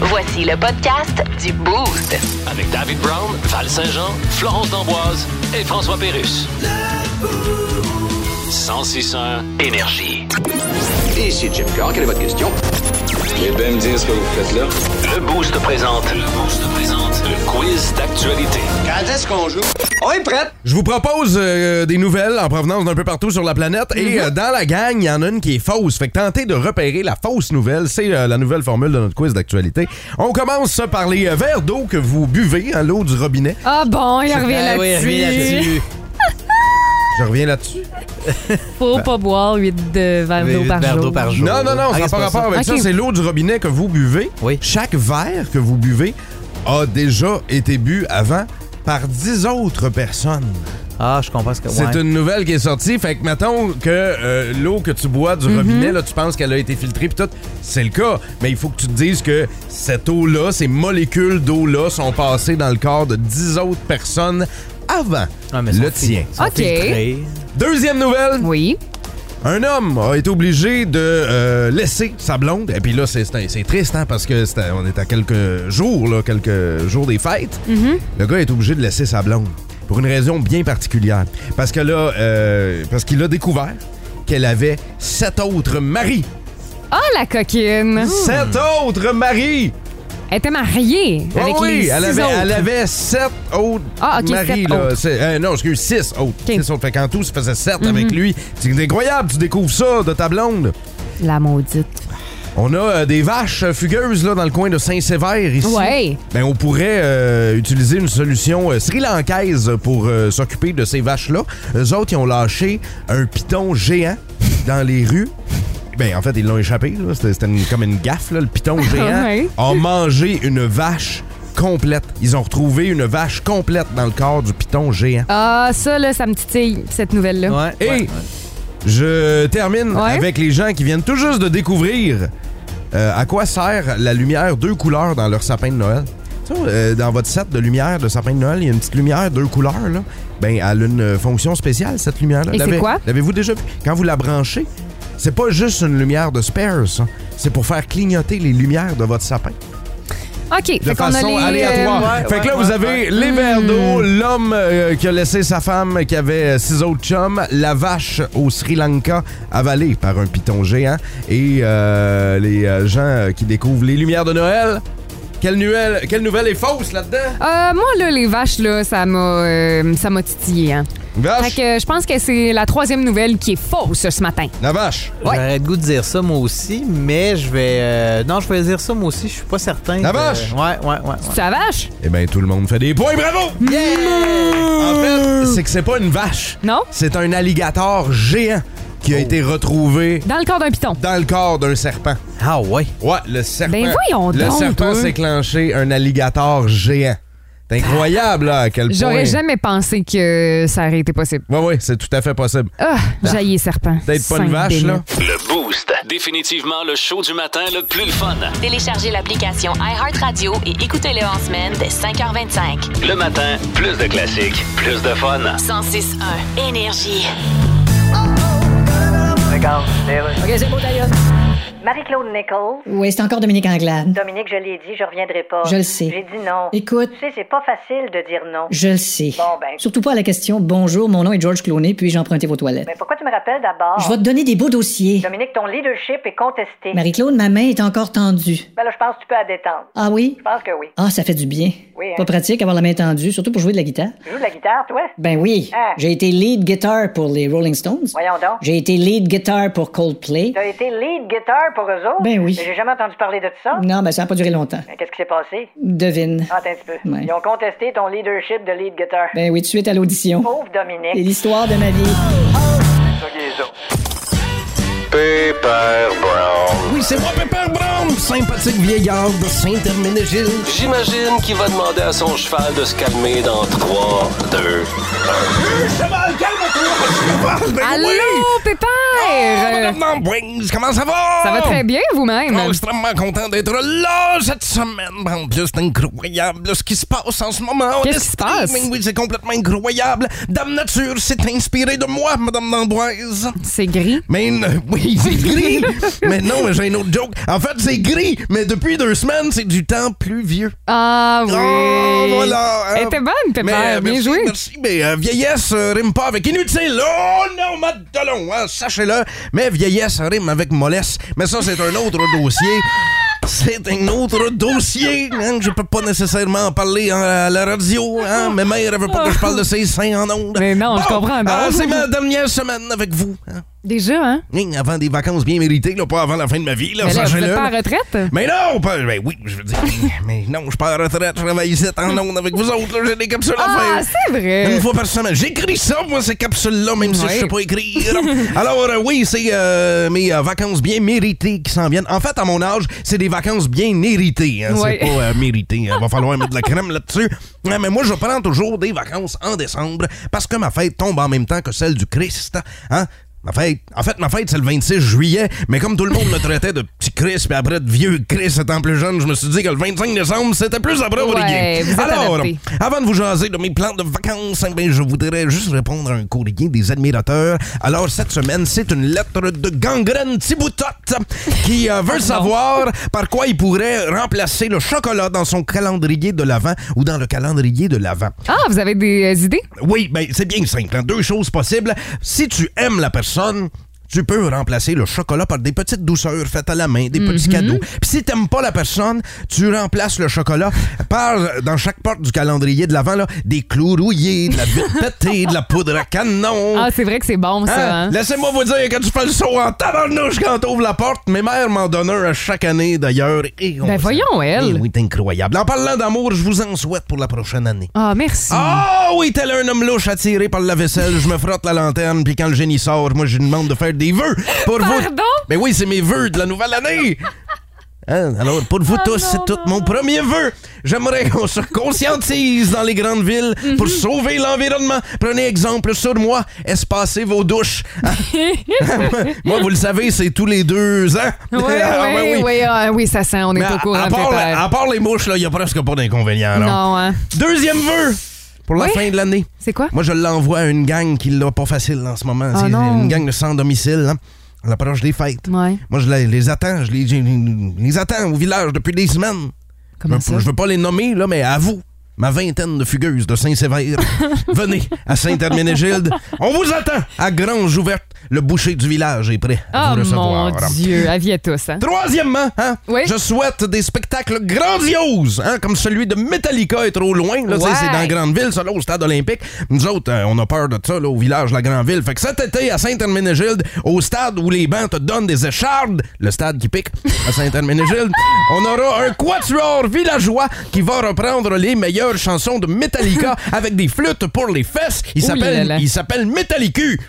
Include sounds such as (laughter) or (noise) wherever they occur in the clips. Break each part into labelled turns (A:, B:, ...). A: Voici le podcast du Boost.
B: Avec David Brown, Val Saint-Jean, Florence D'Amboise et François Pérus. 1061 Énergie.
C: Ici Jim Carr, quelle est votre question?
D: Et bien me dire ce que vous faites là.
B: Le Boost présente. Le Boost présente. Le quiz d'actualité.
C: Quand est-ce qu'on joue? On est prêt!
E: Je vous propose euh, des nouvelles en provenance d'un peu partout sur la planète. Et euh, dans la gang, il y en a une qui est fausse. Fait que tentez de repérer la fausse nouvelle. C'est euh, la nouvelle formule de notre quiz d'actualité. On commence par les euh, verres d'eau que vous buvez, hein, l'eau du robinet.
F: Ah bon, il revient
G: Ah oui,
F: là-dessus.
G: reviens là-dessus.
E: Je reviens là-dessus.
F: Faut pas boire 8 de verres d'eau
G: Huit
F: par
G: verres d'eau
F: jour.
G: par jour.
E: Non, non, non,
G: Ah,
E: ça n'a
G: c'est
E: pas
G: pas
E: rapport avec
F: Ok.
E: ça. C'est l'eau du robinet que vous buvez.
G: Oui.
E: Chaque verre que vous buvez a déjà été bu avant par 10 autres personnes.
G: Ah, je comprends ce que.
E: C'est
G: ouais.
E: une nouvelle qui est sortie. Fait que, mettons que euh, l'eau que tu bois
G: Mhm.
E: du robinet, là, tu penses qu'elle a été filtrée, pis tout. C'est le cas. Mais il faut que tu te dises que cette eau-là, ces molécules d'eau-là, sont passées dans le corps de 10 autres personnes avant
G: Ah, mais
E: le
G: sont fil-
E: tien.
G: sont
F: Ok.
G: filtrés.
E: Deuxième nouvelle.
F: Oui.
E: Un homme a été obligé de euh, laisser sa blonde. Et puis là, c'est- c'est c'est triste, hein, parce que c'est à- on est à quelques jours, là, quelques jours des fêtes.
F: Mm-hmm.
E: Le gars est obligé de laisser sa blonde pour une raison bien particulière. Parce que là, euh, parce qu'il a découvert qu'elle avait sept autres maris.
F: Ah, la coquine!
E: Sept autres maris!
F: Elle était mariée avec
E: Oh oui,
F: les six
E: elle, avait,
F: autres.
E: elle avait sept autres
F: Ah, ok,
E: maris.
F: sept
E: là.
F: autres.
E: C'est- euh, non, excuse, six autres.
F: Ok. Mm-hmm.
E: Six autres. Fait qu'en tout, ça faisait sept avec lui. C'est incroyable, tu découvres ça de ta blonde.
F: La maudite.
E: On a euh, des vaches euh, fugueuses là, dans le coin de Saint-Sévère ici.
F: Ouais.
E: Ben, on pourrait euh, utiliser une solution euh, sri-lankaise pour euh, s'occuper de ces vaches-là. Eux autres, ils ont lâché un piton géant dans les rues. Ben, en fait, ils l'ont échappé. là. C'était c'était une- comme une gaffe. là.
F: (laughs)
E: Le piton géant
F: Ouais.
E: a mangé une vache complète. Ils ont retrouvé une vache complète dans le corps du piton géant.
F: Ah, ça, là, ça me titille, cette nouvelle-là.
G: Ouais.
E: Et je termine
F: Ouais.
E: avec les gens qui viennent tout juste de découvrir euh, à quoi sert la lumière deux couleurs dans leur sapin de Noël. Tu sais, euh, dans votre set de lumière de sapin de Noël, il y a une petite lumière deux couleurs. Là. Ben, elle a une euh, fonction spéciale, cette lumière-là.
F: Et c'est
E: L'avez-
F: quoi?
E: L'avez-vous déjà vu? Quand vous la branchez, c'est pas juste une lumière de spares, ça. c'est pour faire clignoter les lumières de votre sapin
F: OK.
E: de
F: fait qu'on a
E: façon
F: les,
E: aléatoire.
F: euh,
E: fait que là,
G: ouais,
E: vous
G: ouais,
E: avez
G: ouais.
E: les verres
F: Hmm.
E: d'eau, l'homme euh, qui a laissé sa femme qui avait euh, six autres chums, la vache au Sri Lanka avalée par un piton géant et euh, les euh, gens euh, qui découvrent les lumières de Noël. Quelle nouvelle, quelle nouvelle est fausse là-dedans?
F: euh, moi, là, les vaches, là, ça m'a euh, ça m'a titillé. Hein. Fait
E: Vache?
F: que euh, je pense que c'est la troisième nouvelle qui est fausse ce matin.
E: La vache?
G: J'aurais le goût de dire ça moi aussi, mais je vais. euh, Non, je vais dire ça moi aussi, je suis pas certain.
E: La
G: que-
E: vache!
G: Ouais, ouais, ouais. ouais.
F: Tu la vache?
E: Eh bien, tout le monde fait des points, bravo! En fait, c'est que c'est pas une vache.
F: Hmm. Non? Oh.
E: C'est un alligator géant qui a été retrouvé
F: Dans le corps d'un piton.
E: dans le corps d'un serpent.
G: Ah, ouais.
E: Ouais, le serpent.
F: Ben voyons
E: Le
F: donc, hein.
E: serpent
F: toi.
E: s'est clenché un alligator géant. C'est incroyable, là, à quel point.
F: J'aurais jamais pensé que ça aurait été possible.
E: Ouais, ouais, c'est tout à fait possible.
F: Ah, jaillit serpent.
E: Peut-être pas
F: Sainte
E: une vache, là.
F: Bénite.
B: Le Boost. Définitivement le show du matin le plus le fun.
A: Téléchargez l'application iHeartRadio et écoutez-le en semaine dès 5h25.
B: Le matin, plus de classiques, plus de fun.
A: 106.1 Énergie.
H: Marie-Claude Nichols.
I: Oui, c'est encore Dominique Anglade.
H: Dominique, je l'ai dit, je reviendrai pas.
I: Je le sais.
H: J'ai dit non.
I: Écoute,
H: Tu sais, c'est pas facile de dire non.
I: je le sais.
H: Bon, ben.
I: Surtout pas à la question Bonjour, mon nom est George Clooney, puis j'ai emprunté vos toilettes.
H: Mais pourquoi tu me rappelles d'abord?
I: Je vais te donner des beaux dossiers.
H: Dominique, ton leadership est contesté.
I: Marie-Claude, ma main est encore tendue.
H: Ben là, je pense que tu peux la détendre.
I: Ah oui?
H: Je pense que oui.
I: Ah, ça fait du bien.
H: Oui, hein.
I: Pas pratique avoir la main tendue, surtout pour jouer de la guitare.
H: Tu joues de la guitare, toi?
I: Ben oui,
H: Ah.
I: j'ai été lead guitar pour les Rolling Stones.
H: Voyons donc.
I: J'ai été lead guitar pour Coldplay.
H: T'as été lead guitar pour eux autres?
I: Ben oui.
H: Mais J'ai jamais entendu parler de ça.
I: Non, ben ça n'a pas duré longtemps.
H: Ben, Qu'est-ce qui s'est passé?
I: Devine.
H: Attends un petit peu.
I: Ouais.
H: Ils ont contesté ton leadership de lead guitar.
I: Ben oui, tout de suite à l'audition.
H: Pauvre
I: C'est
H: Dominique.
I: l'histoire de ma vie.
D: Pepper Brown.
E: Oui, c'est moi, Pepper Brown, sympathique vieillard de Saint-Herminégile.
B: J'imagine qu'il va demander à son cheval de se calmer dans 3, 2,
E: Ben
F: Allô,
E: Oh,
F: Pépère!
E: comment ça va?
F: ça va très bien vous-même.
E: Oh, extrêmement content d'être là cette semaine. ben, En plus, c'est incroyable ce qui se passe en ce moment.
F: Qu'est-ce
E: Le
F: qui se passe?
E: streaming, Oui, c'est complètement incroyable. Dame Nature s'est inspirée de moi, Madame D'Amboise.
F: C'est gris.
E: Mais euh, (laughs) oui, c'est
F: (laughs)
E: gris. mais non, mais j'ai une autre joke. En fait, c'est gris, mais depuis deux semaines, c'est du temps pluvieux.
F: Ah oui.
E: Oh, voilà.
F: Elle était bonne,
E: Mais,
F: Pépère.
E: euh,
F: Bien
E: merci,
F: joué.
E: Merci, mais euh, vieillesse euh, rime pas avec inutile. Oh non, Madelon, hein, sachez-le. Mais vieillesse rime avec mollesse. Mais ça, c'est un autre dossier. C'est un autre dossier hein, que je peux pas nécessairement en parler en- à la radio. Hein. Ma mère elle veut pas que je parle de ses seins en ondes.
F: Mais non, je comprends, ben.
E: ah, c'est ma dernière semaine avec vous. hein.
F: Déjà, hein?
E: Hein, Avant des vacances bien méritées, là, pas avant la fin de ma vie. Là,
F: Mais là, vous
E: sachez-le.
F: êtes pas en retraite?
E: Mais non, pas, ben oui, je veux dire, mais non, je pars en retraite, je travaille ici en ondes avec vous autres, là, j'ai des capsules à faire.
F: Ah, c'est vrai.
E: Une fois par semaine. J'écris ça, moi, ces capsules-là, même si
F: Ouais.
E: je sais pas
F: (laughs)
E: écrire. Alors, euh, oui, c'est euh, mes euh, vacances bien méritées qui s'en viennent. En fait, à mon âge, c'est des vacances bien héritées. hein.
F: Ouais.
E: C'est pas euh, mérité. Il va
F: (laughs)
E: falloir mettre de la crème là-dessus. Ouais, mais moi, je prends toujours des vacances en décembre parce que ma fête tombe en même temps que celle du Christ. Hein? Ma fête. En fait, ma fête, c'est le 26 juillet, mais comme tout le monde me traitait de petit Chris, puis après de vieux Chris étant plus jeune, je me suis dit que le 25 décembre, c'était plus approprié.
F: Ouais, vous êtes
E: Alors,
F: adapté.
E: avant de vous jaser de mes plans de vacances, eh ben, je voudrais juste répondre à un courrier des admirateurs. Alors, cette semaine, c'est une lettre de gangrène Thiboutotte qui euh,
F: Ah,
E: veut savoir par quoi il pourrait remplacer le chocolat dans son calendrier de l'Avent ou dans le calendrier de l'Avent.
F: Ah, vous avez des euh, idées?
E: Oui, ben, c'est bien simple. hein. Deux choses possibles. Si tu aimes la personne, tu peux remplacer le chocolat par des petites douceurs faites à la main, des
F: Mm-hmm.
E: petits cadeaux. Puis si t'aimes pas la personne, tu remplaces le chocolat par, euh, dans chaque porte du calendrier de l'avant, là, des clous rouillés, de
F: (laughs)
E: la bite pétée, de la poudre à canon.
F: Ah, c'est vrai que c'est bon, ça.
E: Oh. Hein?
F: hein?
E: Laissez-moi vous dire que tu fais le saut en tabarnouche quand t'ouvres la porte. Mes mères m'en donnent un à chaque année, d'ailleurs. et on
F: Ben,
E: s'en-
F: voyons, elle.
E: Eh oui, c'est incroyable. En parlant d'amour, je vous en souhaite pour la prochaine année.
F: Ah, merci. (laughs)
E: Ah oui, tel un homme louche attiré par la vaisselle, je me frotte la lanterne, puis quand le génie sort, moi je lui demande de faire des vœux pour vous.
F: Pardon?
E: Mais oui, c'est mes vœux de la nouvelle
F: (laughs)
E: année. Hein, Alors, pour vous tous,
F: Oh non,
E: c'est tout mon premier vœu. J'aimerais qu'on se conscientise dans les grandes villes
F: Mm-hmm.
E: pour sauver l'environnement. Prenez exemple sur moi, espacez vos douches. (laughs) moi, vous le savez, c'est tous les deux ans.
F: Oui,
E: (laughs) Ah, ben
F: oui, oui, ah, oui, ça sent, on
E: Mais
F: est au
E: à-
F: courant,
E: à, part,
F: Pépère.
E: à part les mouches, il n'y a presque pas d'inconvénient. alors.
F: Non, hein?
E: Deuxième vœu pour la
F: Oui?
E: fin de l'année.
F: C'est quoi?
E: Moi, je l'envoie à une gang qui l'a pas facile en ce moment.
F: Ah
E: C'est
F: non.
E: une gang de sans domicile, hein, à l'approche des fêtes.
F: Ouais.
E: Moi, je les, les attends, je les, je les attends au village depuis des semaines.
F: Comment
E: je,
F: ça?
E: je veux pas les nommer, là, mais à vous. Ma vingtaine de fugueuses
F: (laughs)
E: de Saint-Sévère. Venez à Saint-Herménégilde. On vous attend à Grange ouverte. Le boucher du village est prêt
F: Ah,
E: à vous
F: mon
E: recevoir.
F: Dieu, avis à tous, hein?
E: Troisièmement, hein,
F: Oui.
E: je souhaite des spectacles grandioses, hein, comme celui de Metallica est trop loin. Là, tu sais,
F: Ouais.
E: C'est dans la grande ville, ça, là, au stade olympique. Nous autres, euh, on a peur de ça, là, au village de la grande ville. Fait que cet été, à Saint-Herménégilde, au stade où les bancs te donnent des échardes, le stade qui pique à Saint-Herménégilde, (laughs) on aura un quatuor villageois qui va reprendre les meilleures chansons de Metallica avec des flûtes pour les fesses. Il
F: Ouh là
E: s'appelle
F: là.
E: il s'appelle Metallicu.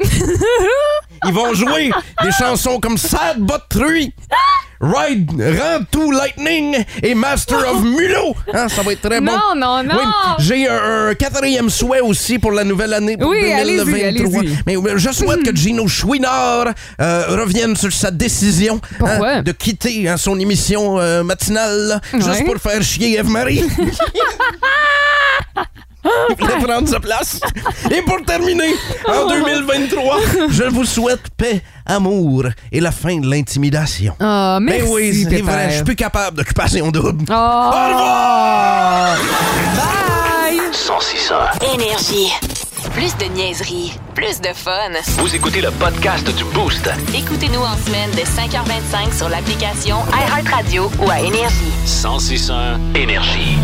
E: Ils vont jouer des chansons comme Sad But Tree, Ride, Run to Lightning et Master of Mulot. Hein, ça va être très bon.
F: Non, non, non.
E: Oui, j'ai un, un quatrième souhait aussi pour la nouvelle année pour
F: Oui,
E: 2023.
F: allez-y, allez-y.
E: Mais euh, je souhaite que Gino Chouinard euh, revienne sur sa décision hein,
F: Pourquoi?
E: de quitter hein, son émission euh, matinale là,
F: Ouais.
E: juste pour faire chier
F: (laughs)
E: Eve-Marie. Il voulait prendre sa place. Et pour terminer, en 2023, je vous souhaite paix, amour et la fin de l'intimidation.
F: Ah,
E: Mais
F: merci,
E: oui, c'est
F: Pépère.
E: vrai, je suis plus capable d'occupation double.
F: Oh.
E: Au revoir!
F: Bye!
B: 106
A: Énergie. Plus de niaiserie, plus de fun.
B: Vous écoutez le podcast du Boost.
A: Écoutez-nous en semaine de 5h25 sur l'application iHeartRadio ou à Énergie.
B: 106 Énergie.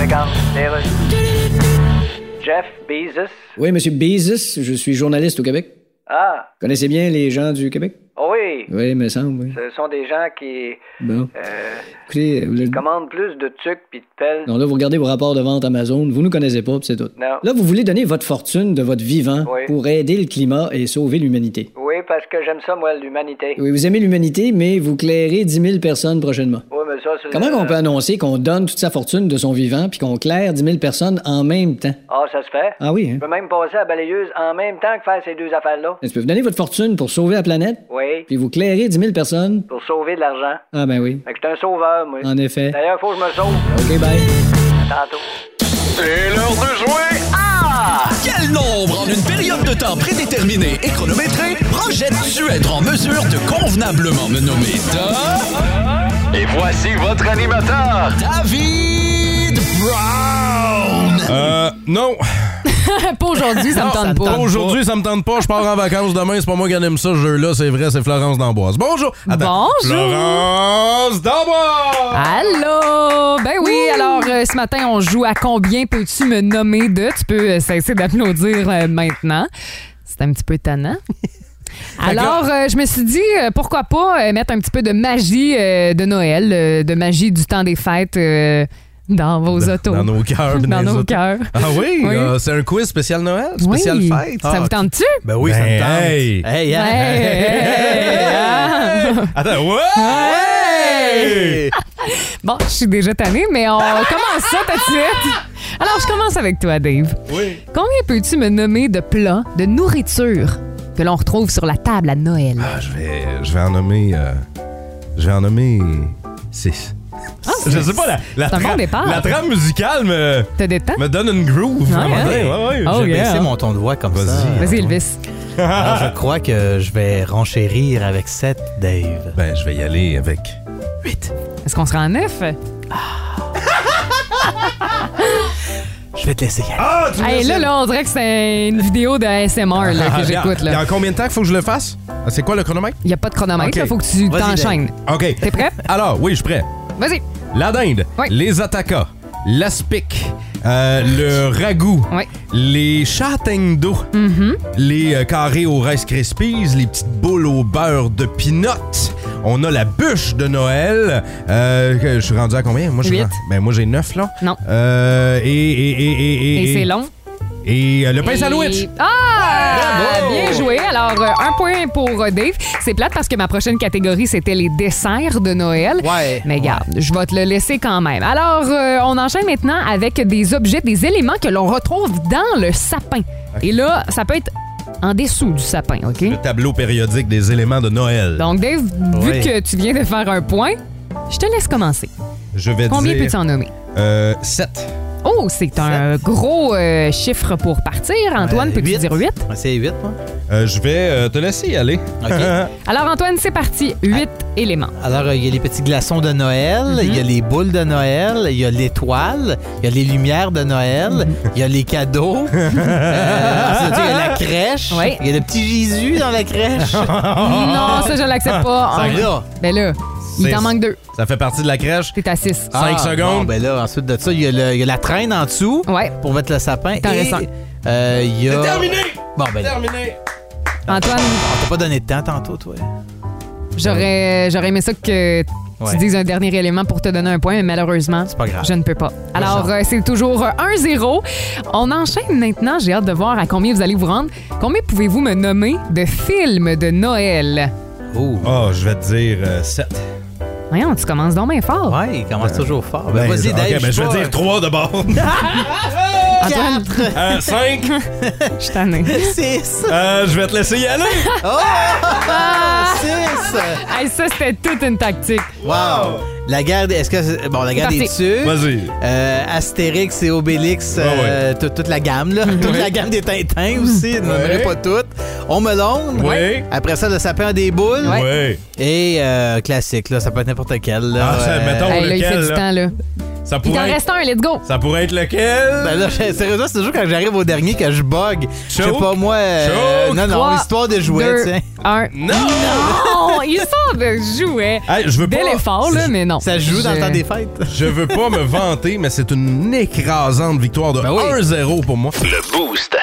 H: Regarde, les rues. Jeff Bezos.
I: Oui, monsieur Bezos, je suis journaliste au Québec.
H: Ah, oh
I: Connaissez bien les gens du Québec?
H: oui.
I: Oui, me semble, oui.
H: Ce sont des gens qui
I: Bon.
H: euh,
I: Écoutez, vous le-
H: commandent plus de tucs puis de pelles.
I: non, là, vous regardez vos rapports de vente Amazon, vous nous connaissez pas, puis c'est tout.
H: Non.
I: Là, vous voulez donner votre fortune de votre vivant
H: Oui.
I: pour aider le climat et sauver l'humanité.
H: Oui, parce que j'aime ça, moi, l'humanité.
I: Oui, vous aimez l'humanité, mais vous clairez 10 000 personnes prochainement.
H: Oui, mais ça, c'est...
I: Comment on peut annoncer qu'on donne toute sa fortune de son vivant puis qu'on claire 10 000 personnes en même temps?
H: Ah, ça se fait.
I: Ah oui, hein?
H: Je peux même passer à la balayeuse en même temps que faire ces deux affaires-là.
I: Tu peux vous donner votre fortune pour sauver la planète,
H: Oui,
I: puis vous clairez 10 000 personnes?
H: pour sauver de l'argent.
I: Ah ben oui,
H: Fait que je suis un sauveur, moi.
I: en effet.
H: D'ailleurs, faut que je me sauve.
I: OK, bye.
H: Tantôt.
B: C'est l'heure de jouer!
J: Quel nombre, en une période de temps prédéterminée et chronométrée, projettes-tu être en mesure de convenablement me nommer Tom?
D: Et voici votre animateur,
J: David Brown!
E: Euh, non.
F: (laughs) pas aujourd'hui, ça me tente pas.
E: Aujourd'hui, Ah! ça me tente pas. Je pars en vacances demain. C'est pas moi qui anime ça, ce jeu-là. C'est vrai, c'est Florence D'Amboise. Bonjour. Attends.
F: Bonjour.
E: Florence D'Amboise.
F: Allô. Ben oui, alors euh, ce matin, on joue à combien peux-tu me nommer de? Tu peux euh, cesser d'applaudir euh, maintenant. C'est un petit peu étonnant. Alors, euh, je me suis dit, euh, pourquoi pas euh, mettre un petit peu de magie euh, de Noël, euh, de magie du temps des fêtes euh, dans vos autos.
E: Dans nos cœurs.
F: Dans
E: les
F: nos
E: autos.
F: cœurs.
E: Ah oui?
F: Oui.
E: euh, c'est un quiz spécial Noël?
F: Oui.
E: Spécial fête?
F: Ça
E: Ah,
F: vous tente-tu?
G: Ben oui, ça me
E: Ben,
G: tente.
E: hey.
G: Hey, hein?
F: Hey, hey, hey, hey.
E: Attends, ouais!
F: Bon, je suis déjà tannée, mais
E: (laughs)
F: on commence ça tout de suite. Alors, je commence avec toi, Dave.
E: Oui.
F: Combien peux-tu me nommer de plats de nourriture que l'on retrouve sur la table à Noël?
E: Ah, je vais, je vais en nommer. euh, je vais en nommer 6. je sais pas, la, la,
F: Ah, c'est un bon
E: tra-
F: départ.
E: la trame musicale me,
F: Te détends?
E: me donne une groove.
F: Ouais,
E: à un moment donné.
G: hein?
E: Ouais, ouais.
F: Oh,
G: J'ai
F: yeah.
G: baissé mon ton de voix comme
E: Vas-y.
G: ça.
F: Vas-y, Elvis.
G: Alors, je crois que je vais renchérir avec 7, Dave.
E: Ben, je vais y aller avec 8.
F: Est-ce qu'on sera en neuf?
G: Je vais te laisser y aller.
E: Ah, tu
F: Hey, là, là, on dirait que c'est une vidéo de
E: (laughs)
F: ASMR là, que j'écoute.
E: Dans
F: là.
E: combien de temps qu'il faut que je le fasse? Ah, C'est quoi le chronomètre?
F: Il n'y a pas de chronomètre,
E: Ok.
F: il faut que tu
G: Vas-y,
F: t'enchaînes.
E: OK.
F: T'es prêt?
E: Alors, oui, je suis prêt.
F: Vas-y.
E: La dinde,
F: Oui.
E: les attaquas, l'aspic, euh,
F: (laughs)
E: le ragoût,
F: Oui.
E: les châtaignes d'eau,
F: Mm-hmm.
E: les euh, carrés au Rice Krispies, les petites boules au beurre de peanut. On a la bûche de Noël. Euh, que- je suis rendu à combien? Moi, je suis
F: Huit.
E: rendu- ben, moi j'ai neuf, là.
F: Non.
E: Euh, et et, et, et,
F: Et
E: et-
F: c'est long.
E: Et euh, le pain
F: Et-
E: sandwich.
F: Ah!
E: Bravo!
F: Bien joué. Alors, euh, un point pour euh, Dave. C'est plate parce que ma prochaine catégorie, c'était les desserts de Noël.
G: Ouais.
F: Mais garde, je vais te le laisser quand même. Alors, euh, on enchaîne maintenant avec des objets, des éléments que l'on retrouve dans le sapin. Et là, ça peut être en dessous du sapin, OK?
E: Le tableau périodique des éléments de Noël.
F: Donc, Dave, vu
G: Oui.
F: que tu viens de faire un point, je te laisse commencer.
E: je vais
F: Combien
E: dire
F: peux-tu en nommer?
G: euh,
E: 7.
F: Oh, c'est un gros euh, chiffre pour partir. Antoine,
G: Euh,
F: peux-tu
G: huit.
F: dire 8?
G: Ouais, C'est 8, moi.
E: je vais euh, te laisser y aller.
G: OK.
E: (laughs)
F: Alors, Antoine, c'est parti. 8 éléments.
G: Alors, euh, il y a les petits glaçons de Noël, il
F: Mhm.
G: y a les boules de Noël, il y a l'étoile, il y a les lumières de Noël,
F: Mhm.
G: il y a les
E: (laughs)
G: cadeaux, Euh, c'est-à-dire, il y a la crèche,
F: Ouais.
G: il y a le petit Jésus dans la
E: (laughs)
G: crèche.
F: Non, ça, je l'accepte pas.
G: Ah, Ça,
F: Un.
G: là,
F: Ben là, il
E: C'est-
F: t'en manque deux.
E: Ça fait partie de la crèche. Ah,
F: T'es à 6.
E: Cinq secondes.
G: Bon, ben là, ensuite de ça, il y, a le- il y a la traîne en dessous
F: Ouais.
G: pour mettre le sapin.
F: T'en restes un.
G: Et, euh, il y a...
E: C'est terminé!
G: Bon, ben là,
E: Terminé!
F: Antoine,
G: on t'a pas donné de temps tantôt, toi.
F: j'aurais j'aurais aimé ça que tu
G: Ouais.
F: dises un dernier élément pour te donner un point, mais malheureusement,
G: C'est pas grave.
F: je ne peux pas. Alors, euh, c'est toujours euh, 1-0. On enchaîne maintenant. J'ai hâte de voir à combien vous allez vous rendre. Combien pouvez-vous me nommer de films de Noël?
G: Oh.
E: Oh, je vais te dire 7.
F: Voyons, tu commences donc bien fort.
G: Ouais, il commence toujours fort. Ben, vas-y, Dave.
E: Ok, ben je vais
G: pas-
E: dire 3 (laughs) d'abord.
F: Antoine,
E: 5.
F: je suis tannée.
G: (laughs) Six.
E: Euh, je vais te laisser y aller.
G: Ah, six.
F: Hey, ça, c'était toute une tactique.
G: Wow! La guerre des. Est-ce que. c'est- Bon, la guerre
F: parti.
G: des Tucs.
E: Vas-y.
G: Euh, Astérix et Obélix, euh, toute- toute la gamme, là. Toute la gamme des Tintins aussi, je ne nommerai pas toutes. On melonde.
E: Ouais.
G: Après ça, le sapin des boules. Et euh, classique, là, ça peut être n'importe quel. Là, Euh,
E: Ah, ça, mettons. Oh,
F: Hey, là, il
E: lequel,
F: fait du
E: là?
F: temps, là.
E: Ça
F: Il t'en
E: pourrait être...
F: reste un, let's go.
E: Ça pourrait être
G: Ben
E: lequel?
G: là, sérieusement, c'est toujours quand j'arrive au dernier que je bug. Je sais
E: Choke.
G: pas, moi. euh,
E: Choke.
G: non, non,
F: Trois,
G: histoire de jouets,
F: deux,
G: tiens.
F: Un.
E: Non!
F: Non! Il sort de jouets.
E: Hey, je veux pas...
F: Bel effort, là, mais non.
G: Ah, oh, Ça se joue dans le
F: Je-
G: temps des fêtes.
E: Je veux pas me vanter, mais c'est une écrasante victoire de
G: Ben oui.
E: 1-0 pour moi.
B: Le Boost.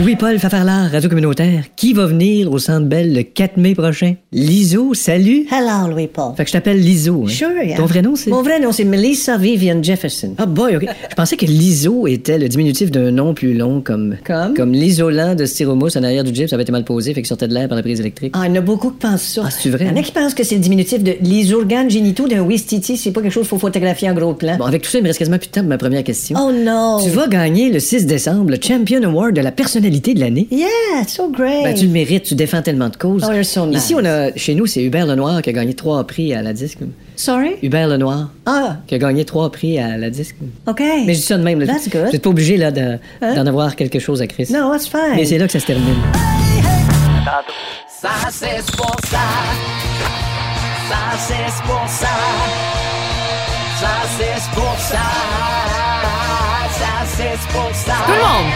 K: Louis-Paul Fafarlard, Radio Communautaire, qui va venir au Centre Belle le 4 mai prochain? Liso, salut!
L: Hello, Louis-Paul.
K: Fait que je t'appelle Liso. hein.
L: Sure, yeah.
K: Ton vrai nom, c'est...
L: Mon vrai nom, c'est Melissa Vivian Jefferson.
K: Ah boy, OK. je pensais que Liso était le diminutif d'un nom plus long comme...
L: Comme?
K: Comme l'isolant de styromousse en arrière du jeep, ça avait été mal posé, fait qu'il sortait de l'air par la prise électrique.
L: Ah, il y en a beaucoup qui pensent ça.
K: Ah, c'est
L: Il
K: vrai,
L: y en
K: hein?
L: a qui pensent que c'est le diminutif de les organes génitaux d'un Wistiti, c'est pas quelque chose qu'il faut photographier en gros plan.
K: Bon, avec tout ça, il me reste quasiment plus de temps pour ma première question.
L: Oh non!
K: Tu vas gagner le 6 décembre le Champion Award de la personnalité de l'année.
L: Yeah, it's so great.
K: Ben, tu le mérites, tu défends tellement de causes.
L: Oh, you're so nice.
K: Ici, on a, chez nous, c'est Hubert Lenoir qui a gagné trois prix à la disque.
L: Sorry?
K: Hubert Lenoir,
L: Ah,
K: qui a gagné trois prix à la disque.
L: OK.
K: Mais je dis ça de même. là.
L: That's good.
K: Vous êtes pas obligé là, de-
L: Hein?
K: d'en avoir quelque chose à Chris.
L: No, that's fine.
K: Mais c'est là que ça se termine.
H: Ça c'est pour ça. Ça c'est pour ça. Ça c'est pour ça. Ça c'est pour ça.
F: Tout le monde!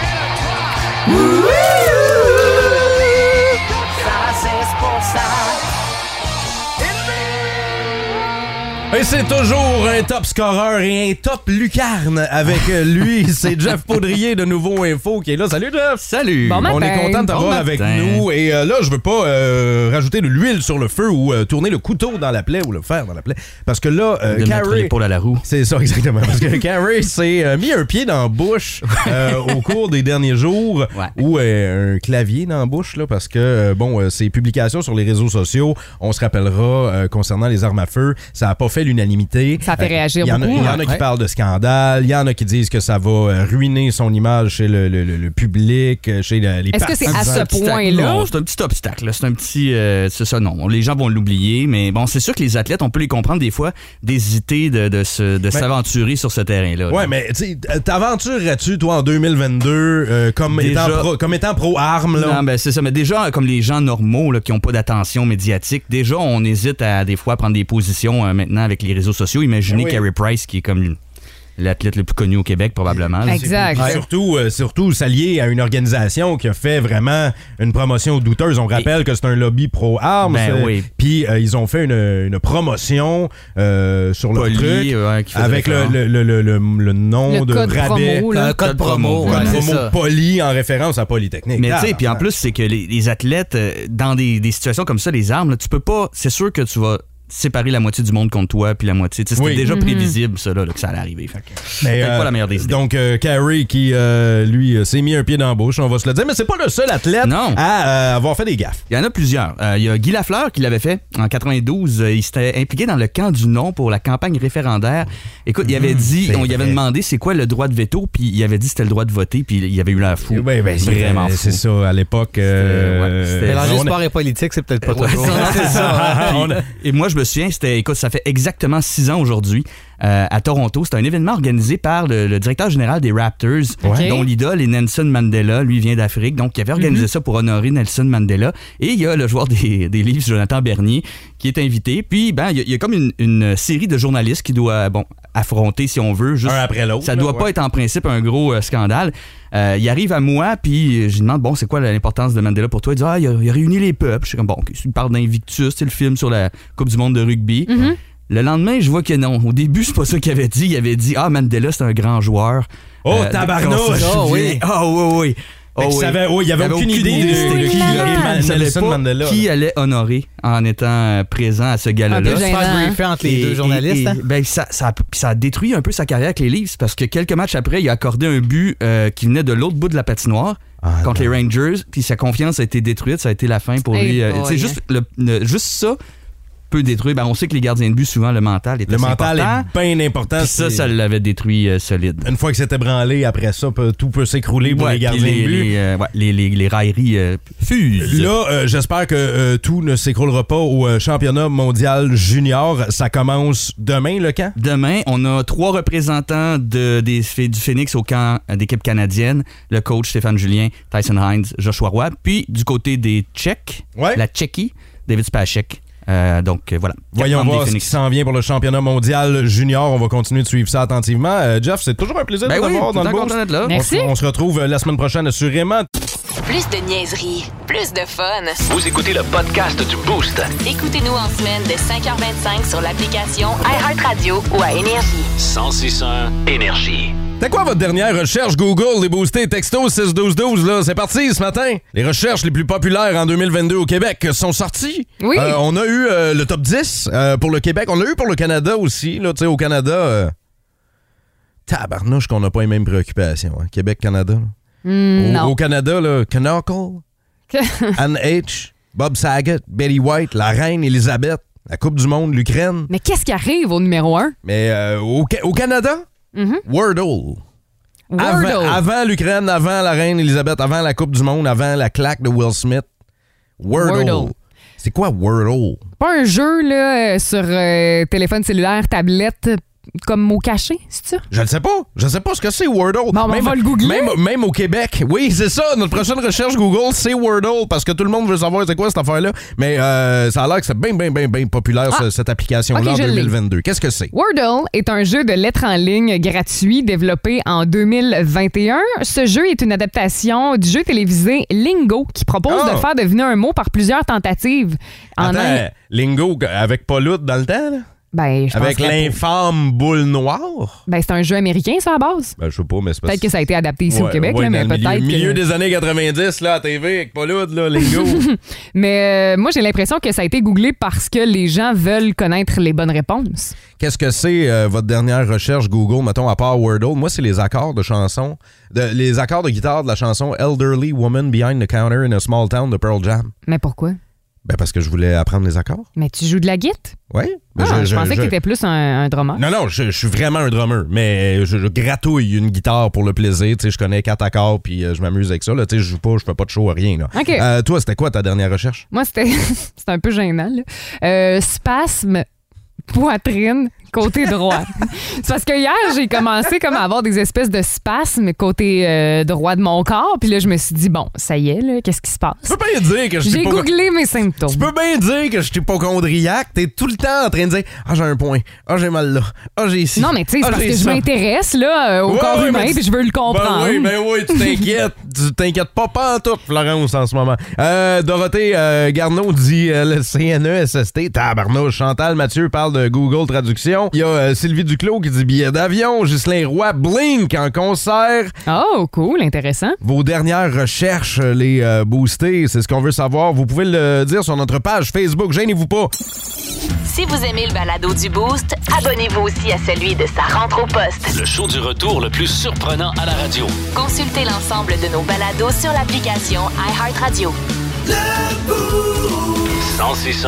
H: Ça c'est pour ça.
E: Et c'est toujours un top scoreur et un top lucarne avec
G: (laughs)
E: euh, lui. C'est Jeff Paudrier de Nouveau Info qui est là. Salut Jeff!
G: Salut.
F: Bon matin.
E: On est content de t'avoir
G: Bon
E: avec
G: matin.
E: nous. Et euh, là, je veux pas euh, rajouter de l'huile sur le feu ou euh, tourner le couteau dans la plaie ou le fer dans la plaie. Parce que là, euh,
G: de mettre
E: Carrie-
G: l'épaule à la roue.
E: C'est ça, exactement.
F: (laughs)
E: Parce que Carrie s'est euh, mis un pied dans la bouche euh, au cours des derniers jours,
G: Ouais.
E: ou euh, un clavier dans la bouche, là, parce que, euh, bon, euh, ses publications sur les réseaux sociaux, on se rappellera, euh, concernant les armes à feu, ça n'a pas fait l'unanimité.
F: Ça a fait
E: Euh,
F: réagir
E: Il y en a,
F: beaucoup, hein.
E: il y en a
G: ouais.
E: qui
G: Ouais.
E: parlent de scandale, il y en a qui disent que ça va euh, ruiner son image chez le, le- le- le public, euh, chez la- les
F: Est-ce que c'est à
E: partisans.
F: ce point-là?
M: Non, c'est un petit obstacle. là. C'est un petit. euh, c'est ça, non. Les gens vont l'oublier, mais bon, c'est sûr que les athlètes, on peut les comprendre des fois, d'hésiter de, de se- de s'aventurer sur ce terrain-là. là.
E: Ouais, mais tu sais, t'aventurerais-tu, toi, en 2022, euh, comme,
M: Déjà-
E: étant pro, comme étant pro-arme, là?
M: Non, ben c'est ça. Mais déjà, comme les gens normaux là, qui n'ont pas d'attention médiatique, déjà, on hésite à des fois prendre des positions euh, maintenant avec les réseaux sociaux. Imaginez
E: Ben
M: Carey
E: oui.
M: Price, qui est comme l'athlète le plus connu au Québec, probablement. là.
F: Exact.
E: Puis Surtout, euh, surtout s'allier à une organisation qui a fait vraiment une promotion douteuse. On rappelle que c'est un lobby pro-armes.
M: Ben
E: c'est-
M: oui.
E: Puis euh, ils ont fait une, une promotion euh, sur le
M: Poli,
E: truc
M: ouais, qui faisait
E: avec le,
M: référence.
E: le, le- le- le- le nom
F: Le
E: de
F: code
E: rabais.
F: promo, là.
G: Un code promo.
E: Code
G: ouais, c'est
E: promo
G: ça.
E: poli en référence à Polytechnique.
M: Mais tu sais,
E: Ah,
M: puis en plus, c'est que les, les athlètes, euh, dans des, des situations comme ça, les armes, là, tu peux pas. C'est sûr que tu vas séparer la moitié du monde contre toi, puis la moitié. tu sais, C'était
E: Oui.
M: déjà prévisible, ça, là, là, que ça allait arriver. Fait que
E: Mais,
M: peut-être
E: euh,
M: pas la meilleure des idées.
E: Donc, euh, Carey qui, euh, lui, euh, s'est mis un pied dans la bouche, on va se le dire. Mais c'est pas le seul athlète
M: Non.
E: à euh, avoir fait des gaffes.
M: Il y en a plusieurs. Euh, Il y a Guy Lafleur qui l'avait fait en 92. Euh, il s'était impliqué dans le camp du non pour la campagne référendaire. Écoute, il avait dit,
E: c'est
M: on lui avait
E: vrai.
M: demandé c'est quoi le droit de veto, puis il avait dit c'était le droit de voter, puis il avait eu l'air fou.
E: Ouais, ben, c'est-
M: vraiment fou.
E: C'est ça, à l'époque. euh,
M: C'était- ouais, c'était-
G: Mélanger
E: on a-
G: sport et politique, c'est peut-être pas trop.
M: Ouais,
G: bon.
M: ça, (laughs) c'est ça.
E: (laughs)
M: Puis, Et moi, je me souviens, c'était, écoute, ça fait exactement six ans aujourd'hui euh, à Toronto. C'était un événement organisé par le, le directeur général des Raptors,
F: Ouais.
M: dont l'idole est Nelson Mandela. Lui vient d'Afrique, donc il avait
E: Mm-hmm.
M: organisé ça pour honorer Nelson Mandela. Et il y a le joueur des, des Leafs, Jonathan Bernier, qui est invité. Puis, ben, il y a, il y a comme une, une série de journalistes qui doit, bon, affronter si on veut. Juste,
E: Un après l'autre,
M: Ça
E: là,
M: doit
E: ouais.
M: pas être en principe un gros euh, scandale. Euh, il arrive à moi, puis euh, je lui demande, bon, c'est quoi l'importance de Mandela pour toi? Il dit, ah, il a, il a réuni les peuples. Je suis comme, bon, ok, il parle d'Invictus, c'est le film sur la Coupe du monde de rugby. Le lendemain, je vois que non. Au début, c'est pas ça qu'il avait dit. Il avait dit, ah, Mandela, c'est un grand joueur. Euh,
E: Oh, tabarnouche!
M: Ah, oui, ah, oui, oui.
E: Fait
M: Ah,
E: qu'il
M: oui.
E: savait- oh, il y avait aucune idée de-
M: c'était
E: de qui, là.
M: là.
E: Et
M: Il savait
E: Nelson
M: pas
E: Mandela,
M: qui
E: là.
M: allait honorer en étant euh, présent à ce gala-là.
E: Ah,
F: Un peu
G: Se
F: gênant,
G: faire
F: hein?
G: briefer entre les
M: Et-
G: deux
M: et-
G: journalistes.
M: et-
G: hein?
M: ben, ça, ça, puis ça a détruit un peu sa carrière avec les Leafs parce que quelques matchs après, il a accordé un but euh, qui venait de l'autre bout de la patinoire
E: Ah,
M: contre les Rangers, puis sa confiance a été détruite, ça a été la fin pour
F: Hey
M: lui. Euh,
F: boy, hein?
M: tu sais, juste, le- le- juste ça peut détruire. Ben, on sait que les gardiens de but, souvent, le mental est
E: Le
M: assez
E: mental
M: important.
E: est bien important.
M: Puis ça,
E: c'est-
M: ça l'avait détruit euh, solide.
E: Une fois que c'est ébranlé, après ça, peut- tout peut s'écrouler pour
M: Ouais,
E: les
M: puis
E: gardiens de but.
M: les, euh, ouais, les- les- les railleries euh, fusent.
E: Là, euh, j'espère que euh, tout ne s'écroulera pas au euh, championnat mondial junior. Ça commence demain, le camp?
M: Demain, on a trois représentants de, des, du Phoenix au camp euh, d'équipe canadienne. Le coach Stéphane Julien, Tyson Hines, Joshua Roy. Puis du côté des Tchèques,
E: Ouais.
M: la Tchéquie, David Spacek. Euh, donc euh, voilà. Quatre
E: Voyons
M: membres
E: voir
M: des
E: ce qui
M: Phoenix.
E: s'en vient pour le championnat mondial junior. On va continuer de suivre ça attentivement. Euh, Jeff, c'est toujours un plaisir
M: Ben
E: de
M: oui,
E: t'avoir dans
M: tout
E: le
M: le temps
E: boost.
M: content d'être là.
E: On
F: Merci.
E: se- On se retrouve euh, la semaine prochaine, assurément.
A: Plus de niaiserie, plus de fun.
B: Vous écoutez le podcast du Boost.
A: Écoutez-nous en semaine de 5h25 sur l'application iHeartRadio ou à Énergie.
B: 1061 Énergie.
E: C'était quoi votre dernière recherche Google, les boostés texto 61212 là, c'est parti ce matin. Les recherches les plus populaires en 2022 au Québec sont sorties.
F: Oui.
E: Euh, on a eu euh, le top 10 euh, pour le Québec, on l'a eu pour le Canada aussi là, tu sais au Canada euh, tabarnouche qu'on n'a pas les mêmes préoccupations hein. Québec Canada. là.
F: Hmm,
E: Au-
F: non.
E: Au, Canada, là,
F: (laughs)
E: Knuckle,
F: hein.
E: Anne H, Bob Saget, Betty White, la reine Elizabeth, la Coupe du Monde, l'Ukraine.
F: Mais qu'est-ce qui arrive au numéro 1?
E: Mais euh, au, Ca- au Canada,
F: Mm-hmm.
E: Wordle.
F: Wordle.
E: Avant, avant l'Ukraine, avant la reine Elizabeth, avant la Coupe du Monde, avant la claque de Will Smith. Wordle.
F: Wordle.
E: C'est quoi Wordle?
F: Pas un jeu là, euh, sur euh, téléphone cellulaire, tablette, euh, comme mot caché, c'est ça?
E: Je ne sais pas. Je ne sais pas ce que c'est Wordle.
F: Bon, mais on va le googler.
E: Même, même au Québec. Oui, c'est ça. Notre prochaine recherche Google, c'est Wordle parce que tout le monde veut savoir c'est quoi cette affaire-là. Mais euh, ça a l'air que c'est bien, bien, bien, bien populaire
F: Ah.
E: ce- cette application-là
F: Ok, je
E: en
F: l'ai.
E: 2022. Qu'est-ce que c'est?
F: Wordle est un jeu de lettres en ligne gratuit développé en 2021. Ce jeu est une adaptation du jeu télévisé Lingo qui propose
E: Ah.
G: Oh!
F: de faire deviner un mot par plusieurs tentatives. En
E: Attends,
F: un-
E: Lingo avec Pauloute dans le temps, là?
F: Ben, je
E: Avec
F: penserais pas.
E: l'infâme boule noire?
F: Ben, c'est un jeu américain, ça, à la base.
E: Ben, je sais pas, mais c'est parce
F: Peut-être que ça a été adapté ici au
E: Ouais,
F: Québec,
E: ouais,
F: là, mais
E: dans le
F: peut-être.
E: milieu,
F: que-
E: milieu des années 90, là, à TV, avec Pauloute, là, Lingo.
F: (laughs) Mais euh, moi, j'ai l'impression que ça a été googlé parce que les gens veulent connaître les bonnes réponses.
E: Qu'est-ce que c'est euh, votre dernière recherche Google, mettons, à part Wordle? Moi, c'est les accords de chansons, de- les accords de guitare de la chanson Elderly Woman Behind the Counter in a Small Town de Pearl Jam.
F: Mais pourquoi?
E: Ben, parce que je voulais apprendre les accords.
F: Mais tu joues de la guitare?
E: Oui? Ben,
F: Ah, je, pensais que t'étais plus un, un drummer.
E: Non, non, je, je suis vraiment un drummer, mais je, je gratouille une guitare pour le plaisir. Tu sais, je connais quatre accords, puis euh, je m'amuse avec ça. Là, tu sais, je joue pas, je fais pas de show, rien. Là.
F: OK.
E: Euh, toi, c'était quoi ta dernière recherche?
F: Moi, c'était (laughs) c'était un peu gênant. là. Euh, spasme, poitrine, côté droit. (laughs) C'est parce que hier, j'ai commencé comme à avoir des espèces de spasmes côté euh, droit de mon corps. Puis là, je me suis dit, bon, ça y est, là, qu'est-ce qui se passe?
E: Tu peux bien dire que je suis
F: J'ai
E: pas-
F: googlé mes symptômes.
E: Tu peux bien dire que je suis hypochondriaque. T'es tout le temps en train de dire Ah, j'ai un point. Ah, j'ai mal là. Ah, j'ai ici.
F: Non, mais tu sais, c'est
E: Ah,
F: parce
E: j'ai
F: que je
E: ça.
F: m'intéresse là, euh, au
E: Ouais,
F: corps
E: ouais,
F: humain,
E: mais tu-
F: puis je veux le comprendre.
E: Ben oui, ben oui,
F: (laughs)
E: tu t'inquiètes. tu t'inquiètes pas, pas en tout, Florence, en ce moment. Euh, Dorothée euh, Garneau dit euh, le CNESST. Tabarnouche. Chantal Mathieu parle de Google Traduction. Il y a euh, Sylvie Duclos qui dit billet d'avion. Ghislain Roy, Blink en concert.
F: Oh, cool, intéressant.
E: Vos dernières recherches, euh, les euh, boostées, c'est ce qu'on veut savoir. Vous pouvez le dire sur notre page Facebook. Gênez-vous pas.
A: Si vous aimez le balado du Boost, abonnez-vous aussi à celui de sa rentre au poste.
B: Le show du retour le plus surprenant à la radio.
A: Consultez l'ensemble de nos balados sur l'application iHeartRadio.
B: 106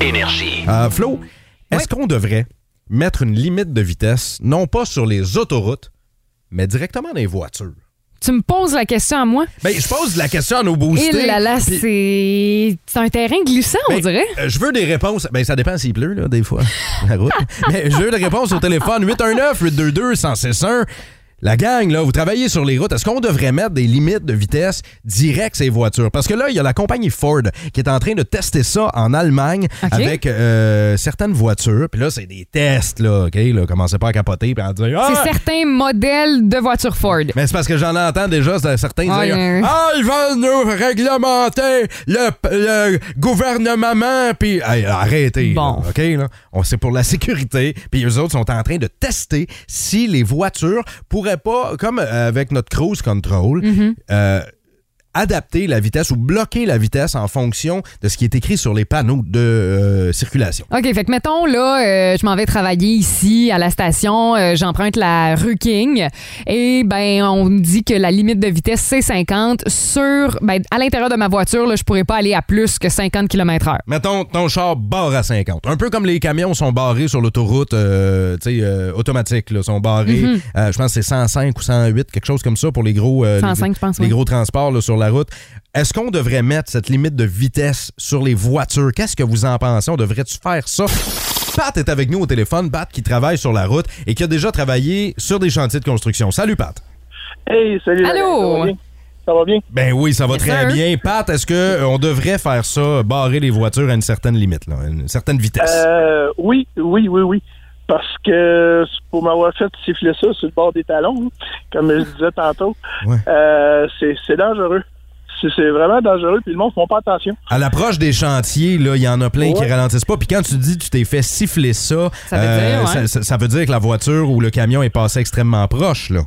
B: énergie.
E: Euh, Flo, est-ce qu'on devrait mettre une limite de vitesse, non pas sur les autoroutes, mais directement dans les voitures?
F: Tu me poses la question à moi?
E: Ben, je pose la question à nos
F: Et
E: boostés.
F: là là, c'est c'est un terrain glissant, on
E: Ben,
F: dirait.
E: euh, Je veux des réponses. Ben, ça dépend s'il pleut, là, des fois. (laughs) La route. Mais je veux des réponses au téléphone 819-822-1061. La gang, là, vous travaillez sur les routes. Est-ce qu'on devrait mettre des limites de vitesse directes ces voitures? Parce que là, il y a la compagnie Ford qui est en train de tester ça en Allemagne
F: OK.
E: avec euh, certaines voitures. Puis là, c'est des tests, là, OK? Là, commencez pas à capoter puis à dire Ah!
F: C'est certains modèles de voitures Ford.
E: Mais c'est parce que j'en entends déjà c'est- certains
F: Ouais,
E: dire
F: ouais, ouais.
E: Ah, ils veulent nous réglementer le, le gouvernement, puis. Hey, arrêtez.
F: Bon.
E: là, OK, là. On- C'est pour la sécurité, puis eux autres sont en train de tester si les voitures pourraient pas, comme euh, avec notre cruise control,
F: Mm-hmm.
E: euh, adapter la vitesse ou bloquer la vitesse en fonction de ce qui est écrit sur les panneaux de euh, circulation.
F: OK, fait que mettons, là, euh, je m'en vais travailler ici à la station, euh, j'emprunte la rue King, et ben on me dit que la limite de vitesse, c'est 50 sur... Ben, à l'intérieur de ma voiture, là, je pourrais pas aller à plus que 50 km heure.
E: Mettons, ton char barre à 50. Un peu comme les camions sont barrés sur l'autoroute euh, tu sais, euh, automatique. Là, sont barrés,
F: Mhm.
E: euh, je pense que c'est 105 ou 108, quelque chose comme ça pour les gros, euh,
F: 105,
E: les,
F: je pense,
E: les
F: oui.
E: gros transports là, sur la route. Est-ce qu'on devrait mettre cette limite de vitesse sur les voitures? Qu'est-ce que vous en pensez? On devrait-tu faire ça? Pat est avec nous au téléphone. Pat qui travaille sur la route et qui a déjà travaillé sur des chantiers de construction. Salut, Pat.
N: Hey, salut.
F: Allô?
N: Alex, Ça va bien?
E: Ben oui, ça va
F: Yes,
E: très
F: sir.
E: bien. Pat, est-ce qu'on devrait faire ça, barrer les voitures à une certaine limite, là, à une certaine
N: Ça va bien?
E: vitesse?
N: Euh, oui, oui, oui, oui. Parce que pour m'avoir fait siffler ça sur le bord des talons, hein, comme je disais tantôt,
E: Ouais.
N: euh, c'est c'est dangereux. C'est c'est vraiment dangereux, puis le monde ne font pas attention.
E: À l'approche des chantiers, là, il y en a plein qui
N: Ouais.
E: ralentissent pas. Puis quand tu dis tu t'es fait siffler ça, euh,
F: Ça veut dire, ouais.
E: ça, ça- ça veut dire que la voiture ou le camion est passé extrêmement proche, là.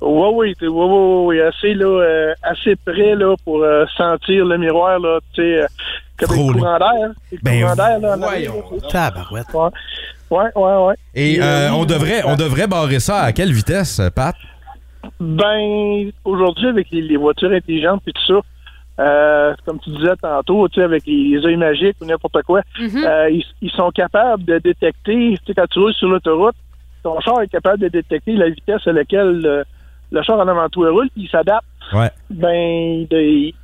N: Ouais, oui, t'es- ouais, ouais, ouais, assez, là, euh, assez près, là, pour euh, sentir le miroir, là, tu sais, euh, comme
E: Trop,
N: les courants d'air. hein, les
E: Ben,
N: courants d'air, là. en
E: voyons
N: arrière, là.
G: hein. Tabarouette.
N: Ouais, ouais, ouais. ouais.
E: Et euh, on, devrait, on devrait barrer ça à quelle vitesse, Pat?
N: Ben, aujourd'hui, avec les, les voitures intelligentes et tout ça, euh, comme tu disais tantôt, tu sais, avec les œils magiques ou n'importe quoi, euh, ils, ils sont capables de détecter, tu sais, quand tu roules sur l'autoroute, ton char est capable de détecter la vitesse à laquelle euh, le char en avant de toi roule, puis il s'adapte.
E: Ouais.
N: Ben, de- il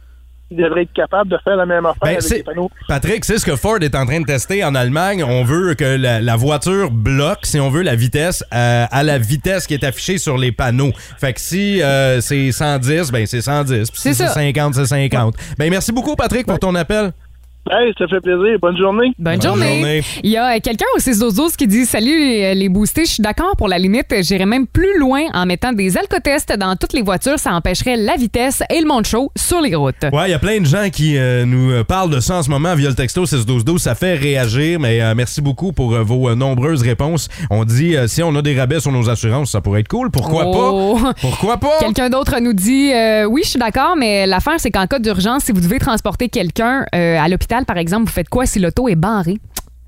N: il devrait être capable de faire la même affaire avec
E: c'est-
N: les panneaux.
E: Patrick, c'est ce que Ford est en train de tester en Allemagne. On veut que la, la voiture bloque, si on veut, la vitesse euh, à la vitesse qui est affichée sur les panneaux. Fait que si euh, c'est 110, ben c'est 110. Puis
N: C'est
E: si c'est
N: ça.
E: 50, c'est 50. Ben merci beaucoup, Patrick, pour ton appel.
N: Ben, ça fait plaisir. Bonne journée.
F: Bonne journée. Il y a euh, quelqu'un au 612 qui dit Salut euh, les, les boostés, je suis d'accord pour la limite. J'irais même plus loin en mettant des alcotests dans toutes les voitures. Ça empêcherait la vitesse et le monde chaud sur les routes.
E: Ouais, il y a plein de gens qui euh, nous euh, parlent de ça en ce moment via le texto 61212. Ça fait réagir, mais euh, merci beaucoup pour euh, vos euh, nombreuses réponses. On dit euh, si on a des rabais sur nos assurances, ça pourrait être cool. Pourquoi
F: Oh.
E: pas? Pourquoi pas?
F: Quelqu'un d'autre nous dit euh, Oui, je suis d'accord, mais l'affaire, c'est qu'en cas d'urgence, si vous devez transporter quelqu'un euh, à l'hôpital, par exemple, vous faites quoi si l'auto est barrée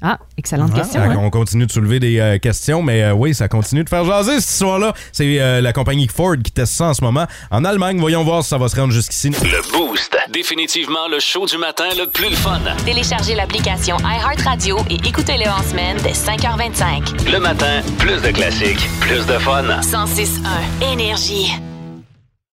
F: Ah, excellente
E: Ah,
F: question.
E: ça-
F: hein?
E: On continue de soulever des euh, questions, mais euh, oui, ça continue de faire jaser cette histoire-là. C'est euh, la compagnie Ford qui teste ça en ce moment. En Allemagne, voyons voir si ça va se rendre jusqu'ici.
B: Le Boost. Définitivement le show du matin le plus le fun.
A: Téléchargez l'application iHeartRadio et écoutez-le en semaine dès 5h25.
B: Le matin, plus de classiques, plus de fun.
A: 106.1 Énergie.